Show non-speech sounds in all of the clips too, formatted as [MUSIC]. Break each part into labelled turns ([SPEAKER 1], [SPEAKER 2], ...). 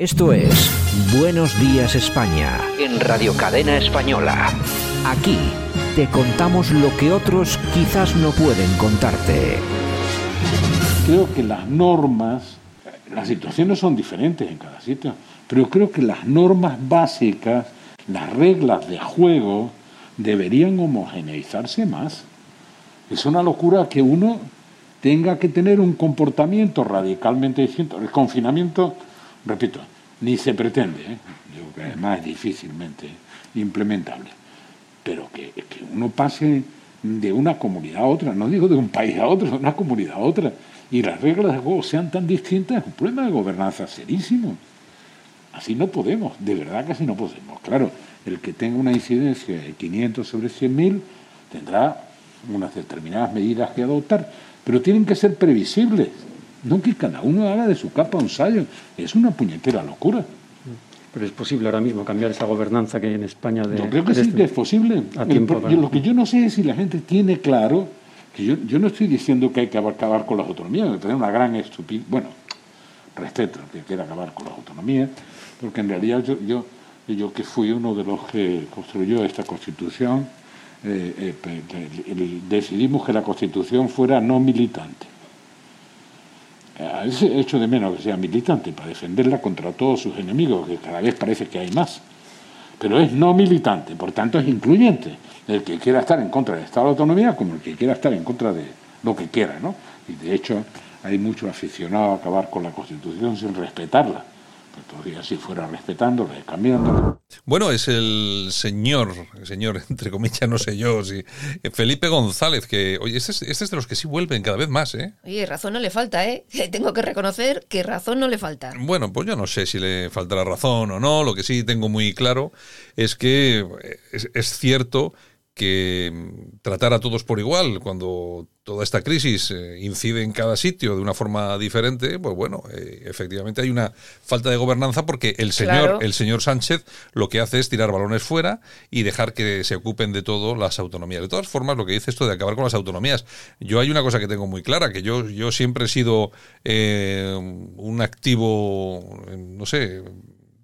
[SPEAKER 1] Esto es Buenos Días España en Radio Cadena Española. Aquí te contamos lo que otros quizás no pueden contarte.
[SPEAKER 2] Creo que las normas, las situaciones son diferentes en cada sitio, pero creo que las normas básicas, las reglas de juego, deberían homogeneizarse más. Es una locura que uno tenga que tener un comportamiento radicalmente distinto. El confinamiento, repito, ni se pretende, ¿eh? Yo creo que además es difícilmente implementable, pero que, que uno pase de una comunidad a otra, no digo de un país a otro, de una comunidad a otra, y las reglas de juego sean tan distintas, es un problema de gobernanza serísimo. Así no podemos, de verdad que así no podemos. Claro, el que tenga una incidencia de 500 sobre 100.000 tendrá unas determinadas medidas que adoptar, pero tienen que ser previsibles, no que cada uno haga de su capa un sallo. Es una puñetera locura.
[SPEAKER 3] Pero es posible ahora mismo cambiar esa gobernanza que hay en España de.
[SPEAKER 2] Yo creo que
[SPEAKER 3] de
[SPEAKER 2] sí
[SPEAKER 3] este-
[SPEAKER 2] que es posible.
[SPEAKER 3] A tiempo,
[SPEAKER 2] El pro-
[SPEAKER 3] ¿verdad?
[SPEAKER 2] lo que yo no sé es si la gente tiene claro que yo, yo no estoy diciendo que hay que acabar con las autonomías, me parece una gran estupidez. Bueno, respeto al que quiera acabar con las autonomías, porque en realidad yo, yo, yo que fui uno de los que construyó esta constitución, eh, eh, pe- pe- el- el- decidimos que la constitución fuera no militante. A veces echo de menos que sea militante para defenderla contra todos sus enemigos, que cada vez parece que hay más pero es no militante, por tanto es incluyente. El que quiera estar en contra del Estado de Autonomía como el que quiera estar en contra de lo que quiera, ¿no? Y de hecho hay muchos aficionados a acabar con la Constitución sin respetarla. Pues todavía si fuera respetándola y cambiándola.
[SPEAKER 4] Bueno, es el señor, el señor, [LAUGHS] entre comillas, no sé yo, si, eh, Felipe González, que, oye, este es, este es de los que sí vuelven cada vez más, ¿eh?
[SPEAKER 5] Oye, razón no le falta, ¿eh? [LAUGHS] Tengo que reconocer que razón no le falta.
[SPEAKER 4] Bueno, pues yo no sé si le faltará razón o no, lo que sí tengo muy claro es que eh, es, es cierto que mm, tratar a todos por igual cuando toda esta crisis eh, incide en cada sitio de una forma diferente, pues bueno, eh, efectivamente hay una falta de gobernanza porque el señor,
[SPEAKER 5] Claro.
[SPEAKER 4] el señor Sánchez lo que hace es tirar balones fuera y dejar que se ocupen de todo las autonomías. De todas formas, lo que dice esto de acabar con las autonomías, yo hay una cosa que tengo muy clara, que yo, yo siempre he sido eh, un activo, eh, no sé,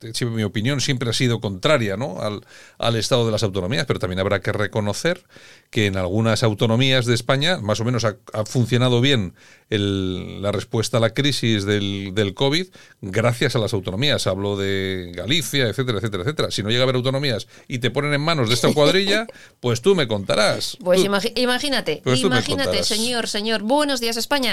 [SPEAKER 4] de- siempre- mi opinión siempre ha sido contraria ¿no? al, al estado de las autonomías, pero también habrá que reconocer que en algunas autonomías de España más o menos ha, ha funcionado bien el- la respuesta a la crisis del, del COVID gracias a las autonomías. Hablo de Galicia, etcétera, etcétera, etcétera. Si no llega a haber autonomías y te ponen en manos de esta cuadrilla, pues tú me contarás.
[SPEAKER 5] Pues
[SPEAKER 4] Tú-
[SPEAKER 5] imagi- imagínate,
[SPEAKER 4] Pues tú me
[SPEAKER 5] imagínate,
[SPEAKER 4] contarás.
[SPEAKER 5] señor, señor. Buenos días, España.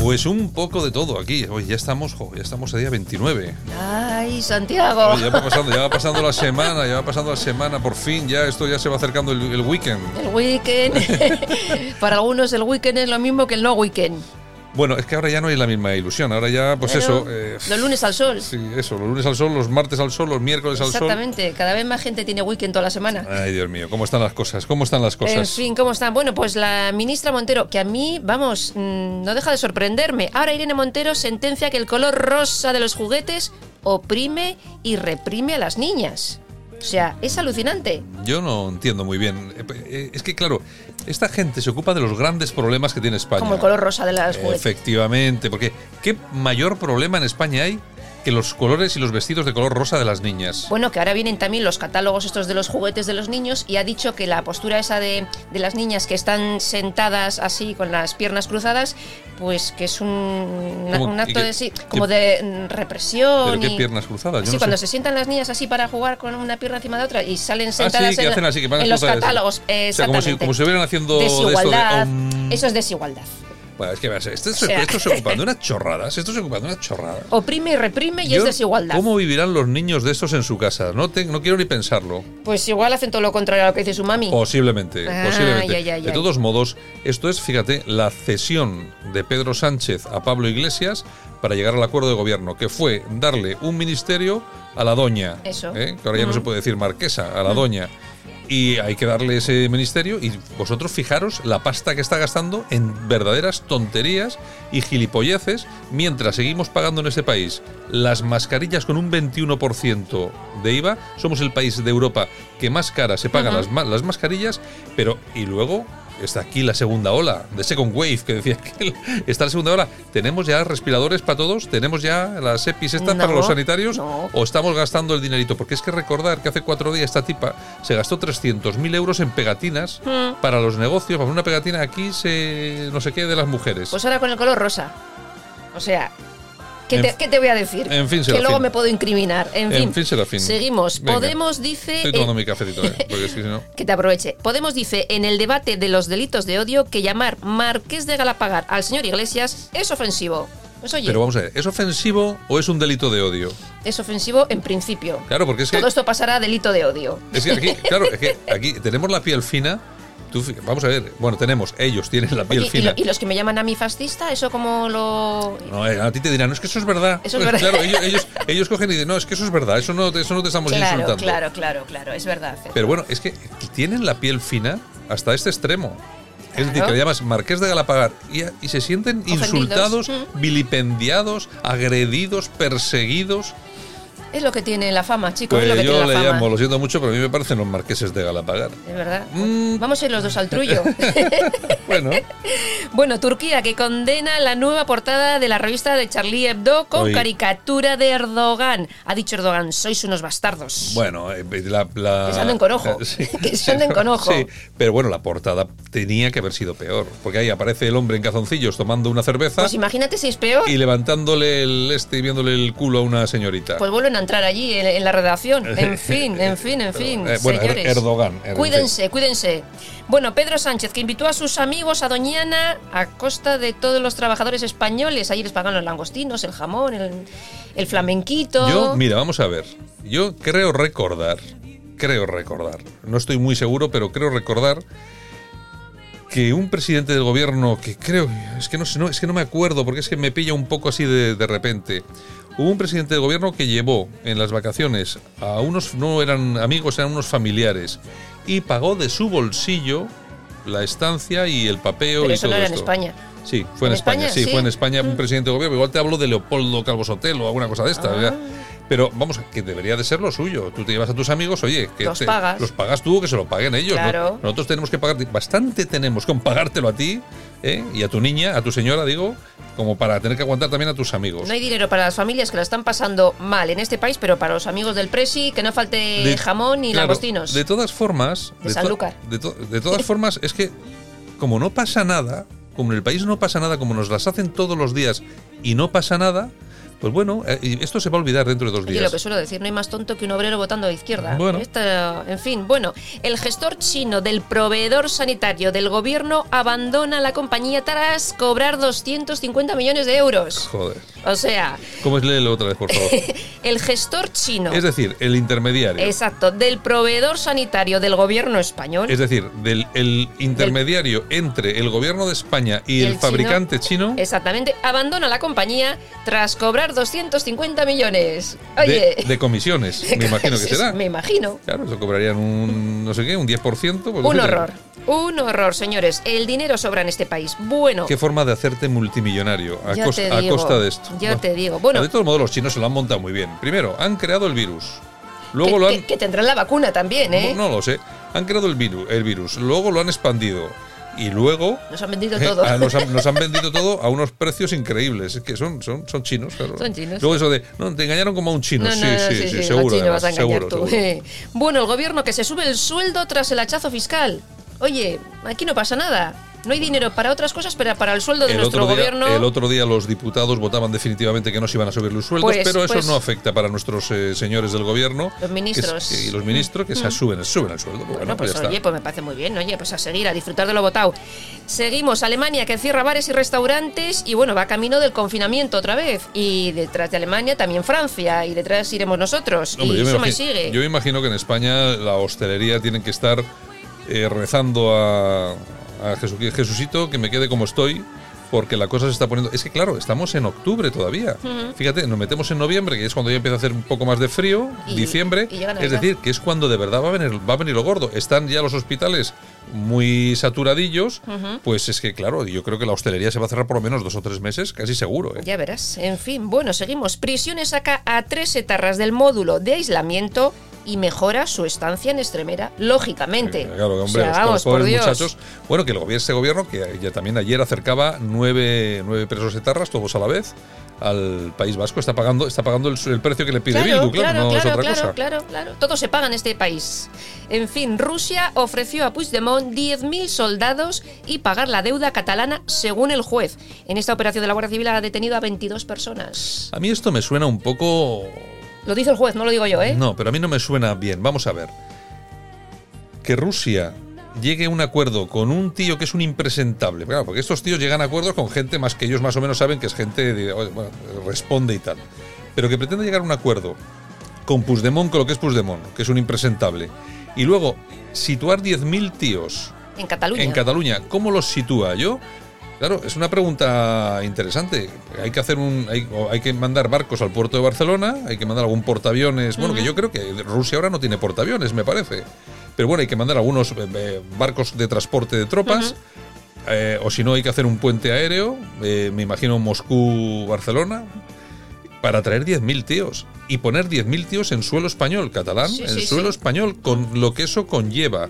[SPEAKER 4] Pues un poco de todo aquí. Hoy ya estamos, jo, ya estamos a día 29.
[SPEAKER 5] Ay, Santiago.
[SPEAKER 4] Oye, ya va pasando, ya va pasando la semana, ya va pasando la semana, por fin, ya esto ya se va acercando el, el weekend.
[SPEAKER 5] El weekend. [LAUGHS] Para algunos el weekend es lo mismo que el no weekend.
[SPEAKER 4] Bueno, es que ahora ya no hay la misma ilusión, ahora ya, pues
[SPEAKER 5] Claro,
[SPEAKER 4] eso. eh,
[SPEAKER 5] los lunes al sol.
[SPEAKER 4] Sí, eso, los lunes al sol, los martes al sol, los miércoles al sol. Eh,
[SPEAKER 5] Exactamente. Cada vez más gente tiene weekend toda la semana.
[SPEAKER 4] Ay, Dios mío, ¿cómo están las cosas? ¿Cómo están las cosas?
[SPEAKER 5] En fin, ¿cómo están? Bueno, pues la ministra Montero, que a mí, vamos, mm, no deja de sorprenderme. Ahora Irene Montero sentencia que el color rosa de los juguetes oprime y reprime a las niñas. O sea, es alucinante.
[SPEAKER 4] Yo no entiendo muy bien. Eh, eh, Es que, claro, esta gente se ocupa de los grandes problemas que tiene España.
[SPEAKER 5] Como el color rosa de
[SPEAKER 4] Eh,
[SPEAKER 5] las juguetes.
[SPEAKER 4] Efectivamente, porque ¿qué mayor problema en España hay que los colores y los vestidos de color rosa de las niñas?
[SPEAKER 5] Bueno, que ahora vienen también los catálogos estos de los juguetes de los niños y ha dicho que la postura esa de, de las niñas que están sentadas así con las piernas cruzadas, pues que es un, una-
[SPEAKER 4] ¿Cómo?
[SPEAKER 5] un
[SPEAKER 4] ¿Y
[SPEAKER 5] acto
[SPEAKER 4] qué-
[SPEAKER 5] de sí,
[SPEAKER 4] qué-
[SPEAKER 5] como de mm, represión.
[SPEAKER 4] ¿Pero qué
[SPEAKER 5] y-
[SPEAKER 4] piernas cruzadas? Yo
[SPEAKER 5] sí,
[SPEAKER 4] no
[SPEAKER 5] cuando
[SPEAKER 4] sé.
[SPEAKER 5] se sientan las niñas así para jugar con una pierna encima de otra y salen
[SPEAKER 4] Ah,
[SPEAKER 5] sentadas
[SPEAKER 4] sí, que
[SPEAKER 5] en,
[SPEAKER 4] hacen así, que van
[SPEAKER 5] en los
[SPEAKER 4] cruzadas.
[SPEAKER 5] catálogos.
[SPEAKER 4] O sea, como si,
[SPEAKER 5] Exactamente.
[SPEAKER 4] como si hubieran haciendo de esto de, um,
[SPEAKER 5] desigualdad.
[SPEAKER 4] om.
[SPEAKER 5] Eso es desigualdad.
[SPEAKER 4] Bueno, Pues es que veas, esto,
[SPEAKER 5] O sea.
[SPEAKER 4] esto se ocupan de
[SPEAKER 5] [LAUGHS]
[SPEAKER 4] unas chorradas, esto se ocupan de unas chorradas.
[SPEAKER 5] Oprime y reprime y
[SPEAKER 4] Yo-
[SPEAKER 5] es desigualdad.
[SPEAKER 4] ¿Cómo vivirán los niños de estos en su casa? No, te- no quiero ni pensarlo.
[SPEAKER 5] Pues igual hacen todo lo contrario a lo que dice su mami.
[SPEAKER 4] Posiblemente,
[SPEAKER 5] Ah,
[SPEAKER 4] posiblemente.
[SPEAKER 5] ya, ya, ya.
[SPEAKER 4] de todos modos, esto es, fíjate, la cesión de Pedro Sánchez a Pablo Iglesias para llegar al acuerdo de gobierno, que fue darle un ministerio a la doña.
[SPEAKER 5] Eso.
[SPEAKER 4] ¿eh? Que ahora ya no se puede decir marquesa, a la doña. y hay que darle ese ministerio y vosotros fijaros la pasta que está gastando en verdaderas tonterías y gilipolleces mientras seguimos pagando en este país las mascarillas con un 21% de IVA. Somos el país de Europa que más cara se pagan las, ma- las mascarillas, pero y luego está aquí la segunda ola, de Second Wave, que decía [LAUGHS] que está la segunda ola. ¿Tenemos ya respiradores para todos? ¿Tenemos ya las EPIs estas para
[SPEAKER 5] No,
[SPEAKER 4] los sanitarios?
[SPEAKER 5] no.
[SPEAKER 4] ¿O estamos gastando el dinerito? Porque es que recordar que hace cuatro días esta tipa se gastó 300.000 euros en pegatinas
[SPEAKER 5] Mm.
[SPEAKER 4] para los negocios. Para una pegatina aquí se no sé qué de las mujeres.
[SPEAKER 5] Pues ahora con el color rosa. O sea, ¿qué
[SPEAKER 4] En
[SPEAKER 5] te,
[SPEAKER 4] fin.
[SPEAKER 5] qué te voy a decir?
[SPEAKER 4] En fin,
[SPEAKER 5] Que
[SPEAKER 4] será
[SPEAKER 5] luego
[SPEAKER 4] fin.
[SPEAKER 5] me puedo incriminar. En,
[SPEAKER 4] En fin, será fin.
[SPEAKER 5] Seguimos.
[SPEAKER 4] Venga.
[SPEAKER 5] Podemos dice...
[SPEAKER 4] Estoy tomando
[SPEAKER 5] eh,
[SPEAKER 4] mi cafecito, eh, porque es que
[SPEAKER 5] [LAUGHS]
[SPEAKER 4] si no...
[SPEAKER 5] Que te aproveche. Podemos dice en el debate de los delitos de odio que llamar marqués de Galapagar al señor Iglesias es ofensivo. Pues oye,
[SPEAKER 4] Pero vamos a ver, ¿es ofensivo o es un delito de odio?
[SPEAKER 5] es ofensivo en principio.
[SPEAKER 4] Claro, porque es que...
[SPEAKER 5] Todo esto pasará a delito de odio.
[SPEAKER 4] Es que aquí, claro, es que aquí tenemos la piel fina. Tú fi- vamos a ver, bueno, tenemos, ellos tienen la piel
[SPEAKER 5] Oye, y,
[SPEAKER 4] fina.
[SPEAKER 5] lo- y los que me llaman a mí fascista, eso como lo...
[SPEAKER 4] No, eh, a ti te dirán, no, es que eso es verdad. Pues
[SPEAKER 5] Eso es verdad.
[SPEAKER 4] Claro, ellos, ellos, ellos cogen y dicen, no, es que eso es verdad, eso no, te- eso no te estamos
[SPEAKER 5] Claro,
[SPEAKER 4] insultando.
[SPEAKER 5] claro, claro, claro, es verdad. Fer.
[SPEAKER 4] Pero bueno, es que tienen la piel fina hasta este extremo. Es decir,
[SPEAKER 5] Claro.
[SPEAKER 4] que le llamas Marqués de Galapagar y, y se sienten
[SPEAKER 5] Ofendidos.
[SPEAKER 4] insultados,
[SPEAKER 5] Mm.
[SPEAKER 4] vilipendiados, agredidos, perseguidos.
[SPEAKER 5] Es lo que tiene la fama, chicos,
[SPEAKER 4] Pues
[SPEAKER 5] es lo que
[SPEAKER 4] yo
[SPEAKER 5] tiene
[SPEAKER 4] le
[SPEAKER 5] la fama.
[SPEAKER 4] llamo, lo siento mucho, pero a mí me parecen los Marqueses de
[SPEAKER 5] [LAUGHS]
[SPEAKER 4] Galapagar.
[SPEAKER 5] Es verdad.
[SPEAKER 4] Mm.
[SPEAKER 5] Vamos a ir los dos
[SPEAKER 4] [LAUGHS]
[SPEAKER 5] al trullo.
[SPEAKER 4] Bueno,
[SPEAKER 5] bueno, Turquía que condena la nueva portada de la revista de Charlie Hebdo con
[SPEAKER 4] Oye.
[SPEAKER 5] caricatura de Erdogan. Ha dicho Erdogan, sois unos bastardos.
[SPEAKER 4] Bueno, eh, la, la-
[SPEAKER 5] Que se anden
[SPEAKER 4] [LAUGHS]
[SPEAKER 5] con ojo. [LAUGHS] Que se anden con ojo.
[SPEAKER 4] Sí, pero bueno, la portada tenía que haber sido peor. Porque ahí aparece el hombre en cazoncillos tomando una cerveza
[SPEAKER 5] Pues imagínate si es peor.
[SPEAKER 4] y levantándole el este y viéndole el culo a una señorita.
[SPEAKER 5] Pues vuelven a entrar allí en, en
[SPEAKER 4] [LAUGHS]
[SPEAKER 5] la redacción. En fin, en fin, en fin.
[SPEAKER 4] Eh, bueno, Er-
[SPEAKER 5] señores.
[SPEAKER 4] Erdogan, er-
[SPEAKER 5] cuídense, cuídense. Bueno, Pedro Sánchez, que invitó a sus amigos a Doñana a costa de todos los trabajadores españoles. Allí les pagan los langostinos, el jamón, el, el flamenquito.
[SPEAKER 4] Yo, mira, vamos a ver. Yo creo recordar, creo recordar, no estoy muy seguro, pero creo recordar que un presidente del gobierno, que creo, es que no, sé, no, es que no me acuerdo, porque es que me pilla un poco así de, de repente. Hubo un presidente del gobierno que llevó en las vacaciones a unos, no eran amigos, eran unos familiares, y pagó de su bolsillo la estancia y el papeo
[SPEAKER 5] Pero
[SPEAKER 4] y
[SPEAKER 5] eso no
[SPEAKER 4] todo
[SPEAKER 5] era en
[SPEAKER 4] esto.
[SPEAKER 5] España.
[SPEAKER 4] Sí, fue en,
[SPEAKER 5] ¿En
[SPEAKER 4] España,
[SPEAKER 5] España?
[SPEAKER 4] sí,
[SPEAKER 5] Sí. Mm.
[SPEAKER 4] fue en España un presidente de gobierno. Igual te hablo de Leopoldo Calvo Sotelo o alguna cosa de
[SPEAKER 5] Ah.
[SPEAKER 4] esta, ¿verdad? Pero vamos, que debería de ser lo suyo. Tú te llevas a tus amigos, oye, que
[SPEAKER 5] Los
[SPEAKER 4] te-
[SPEAKER 5] pagas.
[SPEAKER 4] los pagas tú, que se lo paguen ellos. ¿no?
[SPEAKER 5] Claro.
[SPEAKER 4] Nosotros tenemos que pagar, bastante tenemos con pagártelo a ti ¿eh? y a tu niña, a tu señora, digo, como para tener que aguantar también a tus amigos.
[SPEAKER 5] No hay dinero para las familias que la están pasando mal en este país, pero para los amigos del Presi, que no falte
[SPEAKER 4] De-
[SPEAKER 5] Eh, jamón ni
[SPEAKER 4] claro,
[SPEAKER 5] langostinos.
[SPEAKER 4] De todas formas.
[SPEAKER 5] De
[SPEAKER 4] to-
[SPEAKER 5] Sanlúcar.
[SPEAKER 4] de to- de todas
[SPEAKER 5] [LAUGHS]
[SPEAKER 4] formas, es que como no pasa nada, como en el país no pasa nada, como nos las hacen todos los días y no pasa nada, pues bueno, eh, y esto se va a olvidar dentro de dos
[SPEAKER 5] Oye,
[SPEAKER 4] días.
[SPEAKER 5] lo que suelo decir, no hay más tonto que un obrero votando de izquierda.
[SPEAKER 4] Bueno.
[SPEAKER 5] Esta- en fin, bueno, el gestor chino del proveedor sanitario del gobierno abandona la compañía tras cobrar 250 millones de euros.
[SPEAKER 4] Joder.
[SPEAKER 5] O sea,
[SPEAKER 4] ¿Cómo es léelo otra vez, por
[SPEAKER 5] [LAUGHS]
[SPEAKER 4] favor?
[SPEAKER 5] el gestor chino,
[SPEAKER 4] es decir, el intermediario.
[SPEAKER 5] exacto, del proveedor sanitario del gobierno español,
[SPEAKER 4] Es decir, del el intermediario entre el gobierno de España y,
[SPEAKER 5] Y
[SPEAKER 4] el,
[SPEAKER 5] el
[SPEAKER 4] fabricante chino,
[SPEAKER 5] exactamente, abandona la compañía tras cobrar 250 millones. Oye, [LAUGHS]
[SPEAKER 4] de, de comisiones, me imagino que será.
[SPEAKER 5] me imagino.
[SPEAKER 4] Claro, eso cobrarían un, no sé qué, un 10%. pues,
[SPEAKER 5] Un
[SPEAKER 4] fíjate.
[SPEAKER 5] horror, un horror, señores. El dinero sobra en este país. Bueno,
[SPEAKER 4] Qué forma de hacerte multimillonario a,
[SPEAKER 5] Ya
[SPEAKER 4] cos-
[SPEAKER 5] te
[SPEAKER 4] a
[SPEAKER 5] digo,
[SPEAKER 4] costa de esto.
[SPEAKER 5] ya te digo. Bueno.
[SPEAKER 4] de todos modos, los chinos se lo han montado muy bien. Primero, han creado el virus. Luego
[SPEAKER 5] que,
[SPEAKER 4] lo han.
[SPEAKER 5] que- que tendrán la vacuna también, ¿eh?
[SPEAKER 4] No lo sé. Han creado el virus, el virus. Luego lo han expandido. Y luego.
[SPEAKER 5] Nos han vendido
[SPEAKER 4] eh,
[SPEAKER 5] todo.
[SPEAKER 4] a- nos, han, nos han vendido todo a unos precios increíbles. Es que son, son, son chinos, claro.
[SPEAKER 5] Son chinos.
[SPEAKER 4] Luego eso de. No, te engañaron como a un chino.
[SPEAKER 5] [LAUGHS] No, no,
[SPEAKER 4] sí,
[SPEAKER 5] no,
[SPEAKER 4] sí,
[SPEAKER 5] sí,
[SPEAKER 4] sí,
[SPEAKER 5] sí,
[SPEAKER 4] seguro.
[SPEAKER 5] machín, no
[SPEAKER 4] además,
[SPEAKER 5] vas a engañar
[SPEAKER 4] seguro,
[SPEAKER 5] tú.
[SPEAKER 4] seguro.
[SPEAKER 5] [LAUGHS] Bueno, el gobierno que se sube el sueldo tras el hachazo fiscal. Oye, aquí no pasa nada. No hay dinero para otras cosas, pero para el sueldo de
[SPEAKER 4] El
[SPEAKER 5] nuestro
[SPEAKER 4] otro, día,
[SPEAKER 5] gobierno.
[SPEAKER 4] el otro día los diputados votaban definitivamente que no se iban a subir los sueldos,
[SPEAKER 5] Pues,
[SPEAKER 4] pero eso
[SPEAKER 5] pues.
[SPEAKER 4] no afecta para nuestros eh, señores del gobierno.
[SPEAKER 5] Los ministros. Mm.
[SPEAKER 4] que s- y los ministros que se suben, suben el sueldo. Bueno,
[SPEAKER 5] Bueno, pues
[SPEAKER 4] ya está.
[SPEAKER 5] oye, pues me parece muy bien, oye, pues a seguir, a disfrutar de lo votado. Seguimos, Alemania que cierra bares y restaurantes y bueno, va camino del confinamiento otra vez. Y detrás de Alemania también Francia y detrás iremos nosotros.
[SPEAKER 4] Hombre,
[SPEAKER 5] y
[SPEAKER 4] yo, me
[SPEAKER 5] eso me
[SPEAKER 4] imagi-
[SPEAKER 5] sigue.
[SPEAKER 4] yo me imagino que en España la hostelería tienen que estar eh, rezando a, a Jesu- Jesucito que me quede como estoy porque la cosa se está poniendo. Es que claro, estamos en octubre todavía. Fíjate, nos metemos en noviembre, que es cuando ya empieza a hacer un poco más de frío,
[SPEAKER 5] Y-
[SPEAKER 4] diciembre.
[SPEAKER 5] y llega Navidad.
[SPEAKER 4] es decir, que es cuando de verdad va a venir, va a venir lo gordo. Están ya los hospitales muy saturadillos, pues es que claro, yo creo que la hostelería se va a cerrar por lo menos dos o tres meses, casi seguro. ¿eh?
[SPEAKER 5] Ya verás. En fin, bueno, seguimos. Prisiones saca a tres etarras del módulo de aislamiento y mejora su estancia en Extremera, lógicamente.
[SPEAKER 4] Eh, Claro,
[SPEAKER 5] O
[SPEAKER 4] hombre,
[SPEAKER 5] sea,
[SPEAKER 4] los
[SPEAKER 5] vamos, por
[SPEAKER 4] pobres
[SPEAKER 5] Dios.
[SPEAKER 4] muchachos. Bueno, que el gobierno, este gobierno, que ya también ayer acercaba nueve, nueve presos etarras, todos a la vez, al País Vasco, está pagando, está pagando el, su- el precio que le pide Bildu, claro, no es otra
[SPEAKER 5] claro,
[SPEAKER 4] cosa.
[SPEAKER 5] claro, claro. Todo se paga en este país. En fin, Rusia ofreció a Puigdemont 10.000 soldados y pagar la deuda catalana según el juez. En esta operación de la Guardia Civil ha detenido a 22 personas.
[SPEAKER 4] A mí esto me suena un poco.
[SPEAKER 5] Lo dice el juez, no lo digo yo, ¿eh?
[SPEAKER 4] No, pero a mí no me suena bien. Vamos a ver. Que Rusia llegue a un acuerdo con un tío que es un impresentable. Claro, porque estos tíos llegan a acuerdos con gente más que ellos más o menos saben que es gente de. oye, Bueno, responde y tal. Pero que pretenda llegar a un acuerdo con Puigdemont, con lo que es Puigdemont, que es un impresentable. Y luego, situar 10.000 tíos
[SPEAKER 5] En Cataluña.
[SPEAKER 4] en Cataluña. ¿Cómo los sitúa yo? Claro, es una pregunta interesante. Hay que hacer un, hay, o hay que mandar barcos al puerto de Barcelona, hay que mandar algún portaaviones. Bueno, que yo creo que Rusia ahora no tiene portaaviones, me parece. Pero bueno, hay que mandar algunos eh, eh, barcos de transporte de tropas. Eh, o si no, hay que hacer un puente aéreo, eh, me imagino Moscú-Barcelona, para traer 10.000 tíos y poner 10.000 tíos en suelo español, catalán,
[SPEAKER 5] Sí,
[SPEAKER 4] en
[SPEAKER 5] sí,
[SPEAKER 4] suelo
[SPEAKER 5] sí.
[SPEAKER 4] español, con lo que eso conlleva.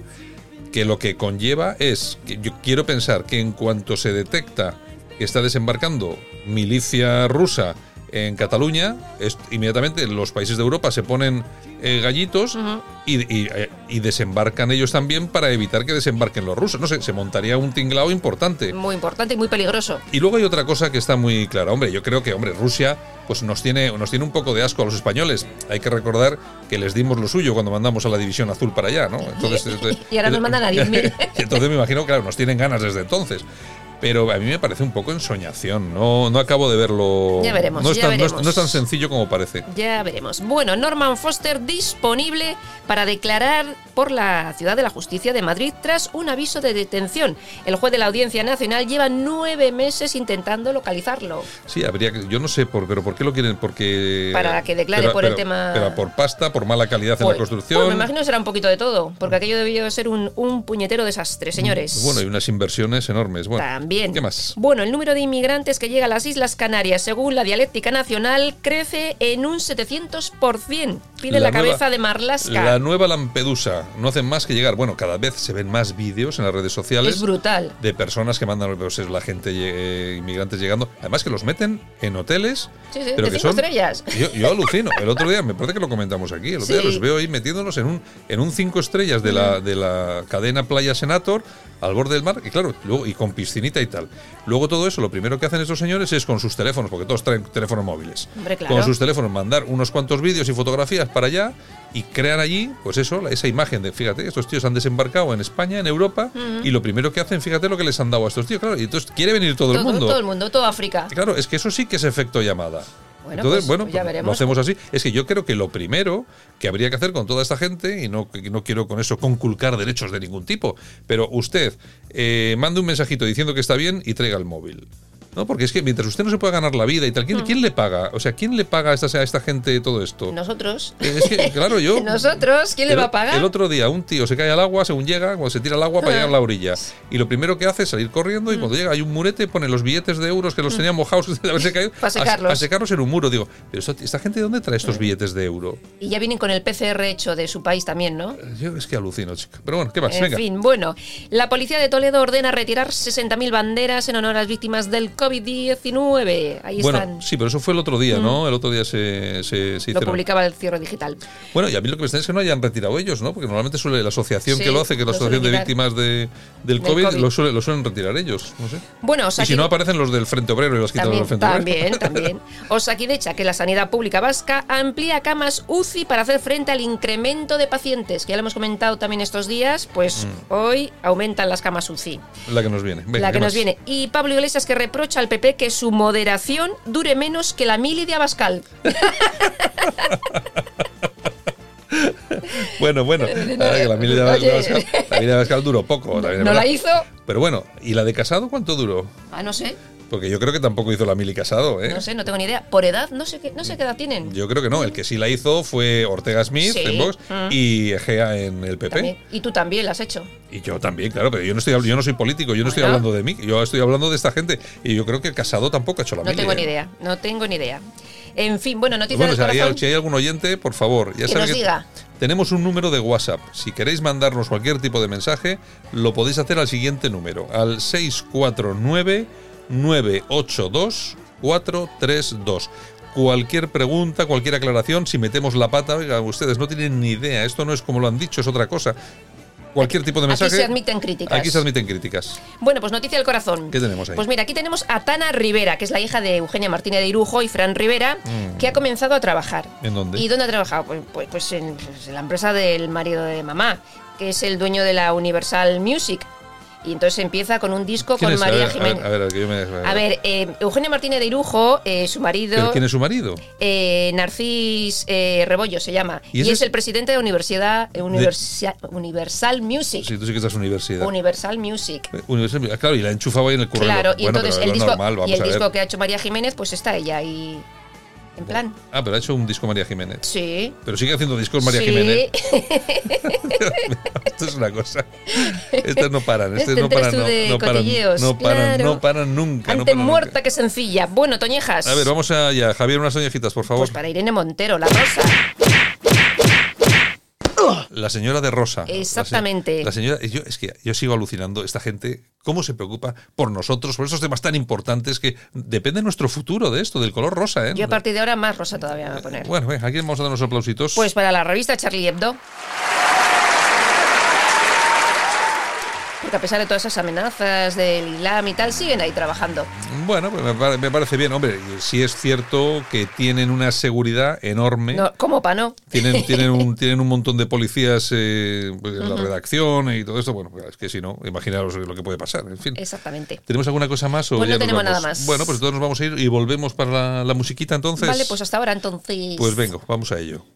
[SPEAKER 4] Que lo que conlleva es, que yo quiero pensar que en cuanto se detecta que está desembarcando milicia rusa en Cataluña, es- inmediatamente los países de Europa se ponen eh, gallitos y, y, eh, y desembarcan ellos también para evitar que desembarquen los rusos. No sé, se montaría un tinglao importante.
[SPEAKER 5] Muy importante y muy peligroso.
[SPEAKER 4] Y luego hay otra cosa que está muy clara. Hombre, yo creo que, hombre, Rusia pues nos tiene, nos tiene un poco de asco a los españoles. Hay que recordar que les dimos lo suyo cuando mandamos a la División Azul para allá, ¿no? Entonces, entonces-
[SPEAKER 5] Y ahora nos mandan a 10.000.
[SPEAKER 4] [LAUGHS] Y entonces me imagino, claro, nos tienen ganas desde entonces. Pero a mí me parece un poco ensoñación. No, no acabo de verlo.
[SPEAKER 5] Ya veremos,
[SPEAKER 4] No es,
[SPEAKER 5] ya
[SPEAKER 4] tan, no es-
[SPEAKER 5] veremos.
[SPEAKER 4] no es tan sencillo como parece.
[SPEAKER 5] Ya veremos. Bueno, Norman Foster disponible para declarar por la Ciudad de la Justicia de Madrid tras un aviso de detención. El juez de la Audiencia Nacional lleva nueve meses intentando localizarlo.
[SPEAKER 4] Sí, habría que. Yo no sé, por, pero ¿por qué lo quieren? Porque.
[SPEAKER 5] Para que declare por el tema-
[SPEAKER 4] Pero por pasta, por mala calidad en
[SPEAKER 5] Pues-
[SPEAKER 4] la construcción. Mm.
[SPEAKER 5] pues me imagino será un poquito de todo, porque aquello debió de ser un, un puñetero desastre, señores.
[SPEAKER 4] Bueno, y unas inversiones enormes. Bueno,
[SPEAKER 5] También.
[SPEAKER 4] ¿Qué más?
[SPEAKER 5] Bueno, el número de inmigrantes que llega a las Islas Canarias, según la dialéctica nacional, crece en un 700%. Pide la,
[SPEAKER 4] nueva-
[SPEAKER 5] cabeza de Marlasca.
[SPEAKER 4] La nueva Lampedusa. No hacen más que llegar. Bueno, cada vez se ven más vídeos en las redes sociales.
[SPEAKER 5] es brutal.
[SPEAKER 4] De personas que mandan pues, es la gente, eh, inmigrantes llegando. Además que los meten en hoteles.
[SPEAKER 5] Sí, sí,
[SPEAKER 4] pero
[SPEAKER 5] de
[SPEAKER 4] que
[SPEAKER 5] cinco
[SPEAKER 4] son-
[SPEAKER 5] estrellas.
[SPEAKER 4] Yo, yo alucino. El otro día, me parece que lo comentamos aquí. El otro
[SPEAKER 5] Sí. Mm.
[SPEAKER 4] día los veo ahí metiéndonos en un, en un cinco estrellas de la, de la cadena Playa Senator al borde del mar. Y claro, luego, y con piscinita y tal. Luego todo eso, lo primero que hacen estos señores es con sus teléfonos, porque todos traen teléfonos móviles.
[SPEAKER 5] Hombre, claro.
[SPEAKER 4] Con sus teléfonos mandar unos cuantos vídeos y fotografías para allá y crean allí, pues eso, la- esa imagen de, fíjate, estos tíos han desembarcado en España, en Europa, y lo primero que hacen, fíjate lo que les han dado a estos tíos, claro, y entonces quiere venir todo, el mundo.
[SPEAKER 5] Todo el mundo, todo África.
[SPEAKER 4] Claro, es que eso sí que es efecto llamada.
[SPEAKER 5] Bueno,
[SPEAKER 4] Entonces,
[SPEAKER 5] pues,
[SPEAKER 4] bueno,
[SPEAKER 5] pues ya
[SPEAKER 4] pues
[SPEAKER 5] veremos.
[SPEAKER 4] lo hacemos así. Es que yo creo que lo primero que habría que hacer con toda esta gente, y no, y no quiero con eso conculcar derechos de ningún tipo, pero usted eh, mande un mensajito diciendo que está bien y traiga el móvil. No, porque es que mientras usted no se pueda ganar la vida y tal, ¿quién, quién le paga? O sea, ¿quién le paga a esta, a esta gente todo esto?
[SPEAKER 5] Nosotros.
[SPEAKER 4] Eh, Es que, claro, yo.
[SPEAKER 5] [LAUGHS] Nosotros, ¿quién le
[SPEAKER 4] El-
[SPEAKER 5] va a pagar?
[SPEAKER 4] El otro día, un tío se cae al agua, según llega, cuando se tira al agua para llegar a la orilla. Y lo primero que hace es salir corriendo
[SPEAKER 5] Mm.
[SPEAKER 4] y cuando llega hay un murete, pone los billetes de euros que los tenía mojados [LAUGHS] de haberse caído.
[SPEAKER 5] Pa'
[SPEAKER 4] a-
[SPEAKER 5] secarlos. Mm.
[SPEAKER 4] A, secarlos en un muro. Digo, ¿pero esto- esta gente de dónde trae estos billetes de euro?
[SPEAKER 5] Y ya vienen con el PCR hecho de su país también, ¿no?
[SPEAKER 4] Yo es que alucino, chico. Pero bueno, ¿qué más?
[SPEAKER 5] en
[SPEAKER 4] Pues Venga.
[SPEAKER 5] fin, bueno, la policía de Toledo ordena retirar 60.000 banderas en honor a las víctimas del COVID-19. Ahí
[SPEAKER 4] bueno,
[SPEAKER 5] están. Mm.
[SPEAKER 4] sí, pero eso fue el otro día, ¿no? El otro día se, se, se
[SPEAKER 5] Lo
[SPEAKER 4] hicieron.
[SPEAKER 5] publicaba el cierre digital.
[SPEAKER 4] Bueno, y a mí lo que me extraña es que no hayan retirado ellos, ¿no? Porque normalmente suele la asociación
[SPEAKER 5] Sí,
[SPEAKER 4] que lo hace, que es la
[SPEAKER 5] lo suele
[SPEAKER 4] asociación de
[SPEAKER 5] quitar.
[SPEAKER 4] víctimas de, del
[SPEAKER 5] Del
[SPEAKER 4] COVID,
[SPEAKER 5] COVID.
[SPEAKER 4] Lo, suele- lo suelen retirar ellos, no sé.
[SPEAKER 5] Bueno,
[SPEAKER 4] y
[SPEAKER 5] Osaki,
[SPEAKER 4] si no aparecen los del Frente Obrero y los quitan los del
[SPEAKER 5] también,
[SPEAKER 4] Frente Obrero. [LAUGHS]
[SPEAKER 5] también, también. Osaki decha que la sanidad pública vasca amplía camas UCI para hacer frente al incremento de pacientes, que ya lo hemos comentado también estos días, pues hoy aumentan las camas UCI.
[SPEAKER 4] La que nos viene. Mm. Venga,
[SPEAKER 5] la que
[SPEAKER 4] ¿qué
[SPEAKER 5] nos
[SPEAKER 4] más?
[SPEAKER 5] viene. Y Pablo Iglesias que reprocha al PP que su moderación dure menos que la mili de Abascal.
[SPEAKER 4] Bueno, bueno.
[SPEAKER 5] [LAUGHS]
[SPEAKER 4] ahora que la mili de Abascal,
[SPEAKER 5] Oye.
[SPEAKER 4] [LAUGHS] la mili de Abascal duró poco. también es
[SPEAKER 5] No la
[SPEAKER 4] verdad.
[SPEAKER 5] hizo.
[SPEAKER 4] Pero bueno, ¿y la de Casado cuánto duró?
[SPEAKER 5] Ah, no sé.
[SPEAKER 4] Porque yo creo que tampoco hizo la Mili Casado, ¿eh?
[SPEAKER 5] No sé, no tengo ni idea. Por edad, no sé qué, no sé qué edad tienen.
[SPEAKER 4] Yo creo que no. El que sí la hizo fue Ortega Smith
[SPEAKER 5] Sí.
[SPEAKER 4] en Vox
[SPEAKER 5] Mm.
[SPEAKER 4] y Egea en el PP.
[SPEAKER 5] También. Y tú también la has hecho.
[SPEAKER 4] Y yo también, claro, pero yo no, estoy, habl- yo no soy político, yo no estoy
[SPEAKER 5] Bueno.
[SPEAKER 4] hablando de mí, yo estoy hablando de esta gente. Y yo creo que Casado tampoco ha hecho la
[SPEAKER 5] No
[SPEAKER 4] mili,
[SPEAKER 5] tengo
[SPEAKER 4] ¿eh?
[SPEAKER 5] ni idea, no tengo ni idea. En fin, bueno, noticias
[SPEAKER 4] Bueno, si
[SPEAKER 5] del
[SPEAKER 4] hay,
[SPEAKER 5] corazón.
[SPEAKER 4] si hay algún oyente, por favor, ya
[SPEAKER 5] Que
[SPEAKER 4] sabe
[SPEAKER 5] nos diga.
[SPEAKER 4] tenemos un número de WhatsApp. Si queréis mandarnos cualquier tipo de mensaje, lo podéis hacer al siguiente número, al 649 982 432. Cualquier pregunta, cualquier aclaración, si metemos la pata, oiga, ustedes no tienen ni idea, esto no es como lo han dicho, es otra cosa. Cualquier tipo de
[SPEAKER 5] aquí
[SPEAKER 4] mensaje.
[SPEAKER 5] se admiten críticas.
[SPEAKER 4] Aquí se admiten críticas.
[SPEAKER 5] Bueno, pues noticia del corazón.
[SPEAKER 4] ¿Qué tenemos ahí?
[SPEAKER 5] Pues mira, aquí tenemos a Tana Rivera, que es la hija de Eugenia Martínez de Irujo y Fran Rivera, que ha comenzado a trabajar.
[SPEAKER 4] Mm. ¿En dónde?
[SPEAKER 5] ¿Y dónde ha trabajado? Pues, pues- pues en, pues en la empresa del marido de mamá, que es el dueño de la Universal Music. Y entonces empieza con un disco
[SPEAKER 4] ¿Quién
[SPEAKER 5] con
[SPEAKER 4] es? A
[SPEAKER 5] María
[SPEAKER 4] ver, a ver,
[SPEAKER 5] Jiménez.
[SPEAKER 4] a ver, que yo me-
[SPEAKER 5] A ver, eh, Eugenia Martínez de Irujo, eh, su
[SPEAKER 4] ¿Pero
[SPEAKER 5] marido,
[SPEAKER 4] quién es su marido?
[SPEAKER 5] eh, Narcís eh, Rebollo se llama,
[SPEAKER 4] ¿Y
[SPEAKER 5] y,
[SPEAKER 4] ese
[SPEAKER 5] es,
[SPEAKER 4] es-
[SPEAKER 5] el presidente de Universidad eh, Universia- Universal Music.
[SPEAKER 4] Sí, tú sí que estás en universidad.
[SPEAKER 5] Universal Music.
[SPEAKER 4] Eh, universidad. Ah, Claro, y la enchufaba ahí en el currelo.
[SPEAKER 5] Claro, y
[SPEAKER 4] Bueno,
[SPEAKER 5] entonces
[SPEAKER 4] pero
[SPEAKER 5] el
[SPEAKER 4] lo
[SPEAKER 5] disco,
[SPEAKER 4] normal,
[SPEAKER 5] y
[SPEAKER 4] vamos
[SPEAKER 5] el
[SPEAKER 4] a ver.
[SPEAKER 5] disco que ha hecho María Jiménez, pues está ella ahí. En plan.
[SPEAKER 4] Ah, pero ha hecho un disco María Jiménez.
[SPEAKER 5] Sí.
[SPEAKER 4] Pero sigue haciendo discos Pues María
[SPEAKER 5] sí. [LAUGHS]
[SPEAKER 4] Jiménez. [LAUGHS] Esto es una cosa. Estas no paran, estas
[SPEAKER 5] Te
[SPEAKER 4] Este no paran,
[SPEAKER 5] enteras tú
[SPEAKER 4] no,
[SPEAKER 5] Este de
[SPEAKER 4] no paran,
[SPEAKER 5] cotilleos,
[SPEAKER 4] no paran,
[SPEAKER 5] claro.
[SPEAKER 4] no paran nunca. no
[SPEAKER 5] Ante
[SPEAKER 4] paran
[SPEAKER 5] muerta
[SPEAKER 4] nunca.
[SPEAKER 5] que sencilla. Bueno, Toñejas.
[SPEAKER 4] A ver, vamos allá. Javier, unas oñejitas, por favor.
[SPEAKER 5] Pues para Irene Montero, la rosa.
[SPEAKER 4] La señora de Rosa. La se-
[SPEAKER 5] Exactamente.
[SPEAKER 4] La señora, yo, es que yo sigo alucinando esta gente, cómo se preocupa por nosotros, por esos temas tan importantes que depende nuestro futuro de esto, del color rosa, ¿eh?
[SPEAKER 5] Yo a partir de ahora más rosa todavía me voy a poner.
[SPEAKER 4] Bueno, venga, aquí vamos a dar unos aplausitos.
[SPEAKER 5] Pues para la revista Charlie Hebdo. Porque a pesar de todas esas amenazas del Islam y tal, siguen ahí trabajando.
[SPEAKER 4] Bueno, pues me, pare- me parece bien. Hombre, sí es cierto que tienen una seguridad enorme.
[SPEAKER 5] No, ¿Cómo pa' no?
[SPEAKER 4] Tienen,
[SPEAKER 5] [LAUGHS]
[SPEAKER 4] tienen, un, tienen un montón de policías eh, pues, en la redacción y todo esto. Bueno, pues, es que si no, imaginaros lo que puede pasar. En fin.
[SPEAKER 5] Exactamente.
[SPEAKER 4] ¿Tenemos alguna cosa más? O
[SPEAKER 5] Pues no
[SPEAKER 4] ya nos
[SPEAKER 5] tenemos
[SPEAKER 4] vamos?
[SPEAKER 5] nada más.
[SPEAKER 4] Bueno, pues entonces nos vamos a ir y volvemos para la, la musiquita entonces.
[SPEAKER 5] Vale, pues hasta ahora entonces.
[SPEAKER 4] Pues venga, vamos a ello.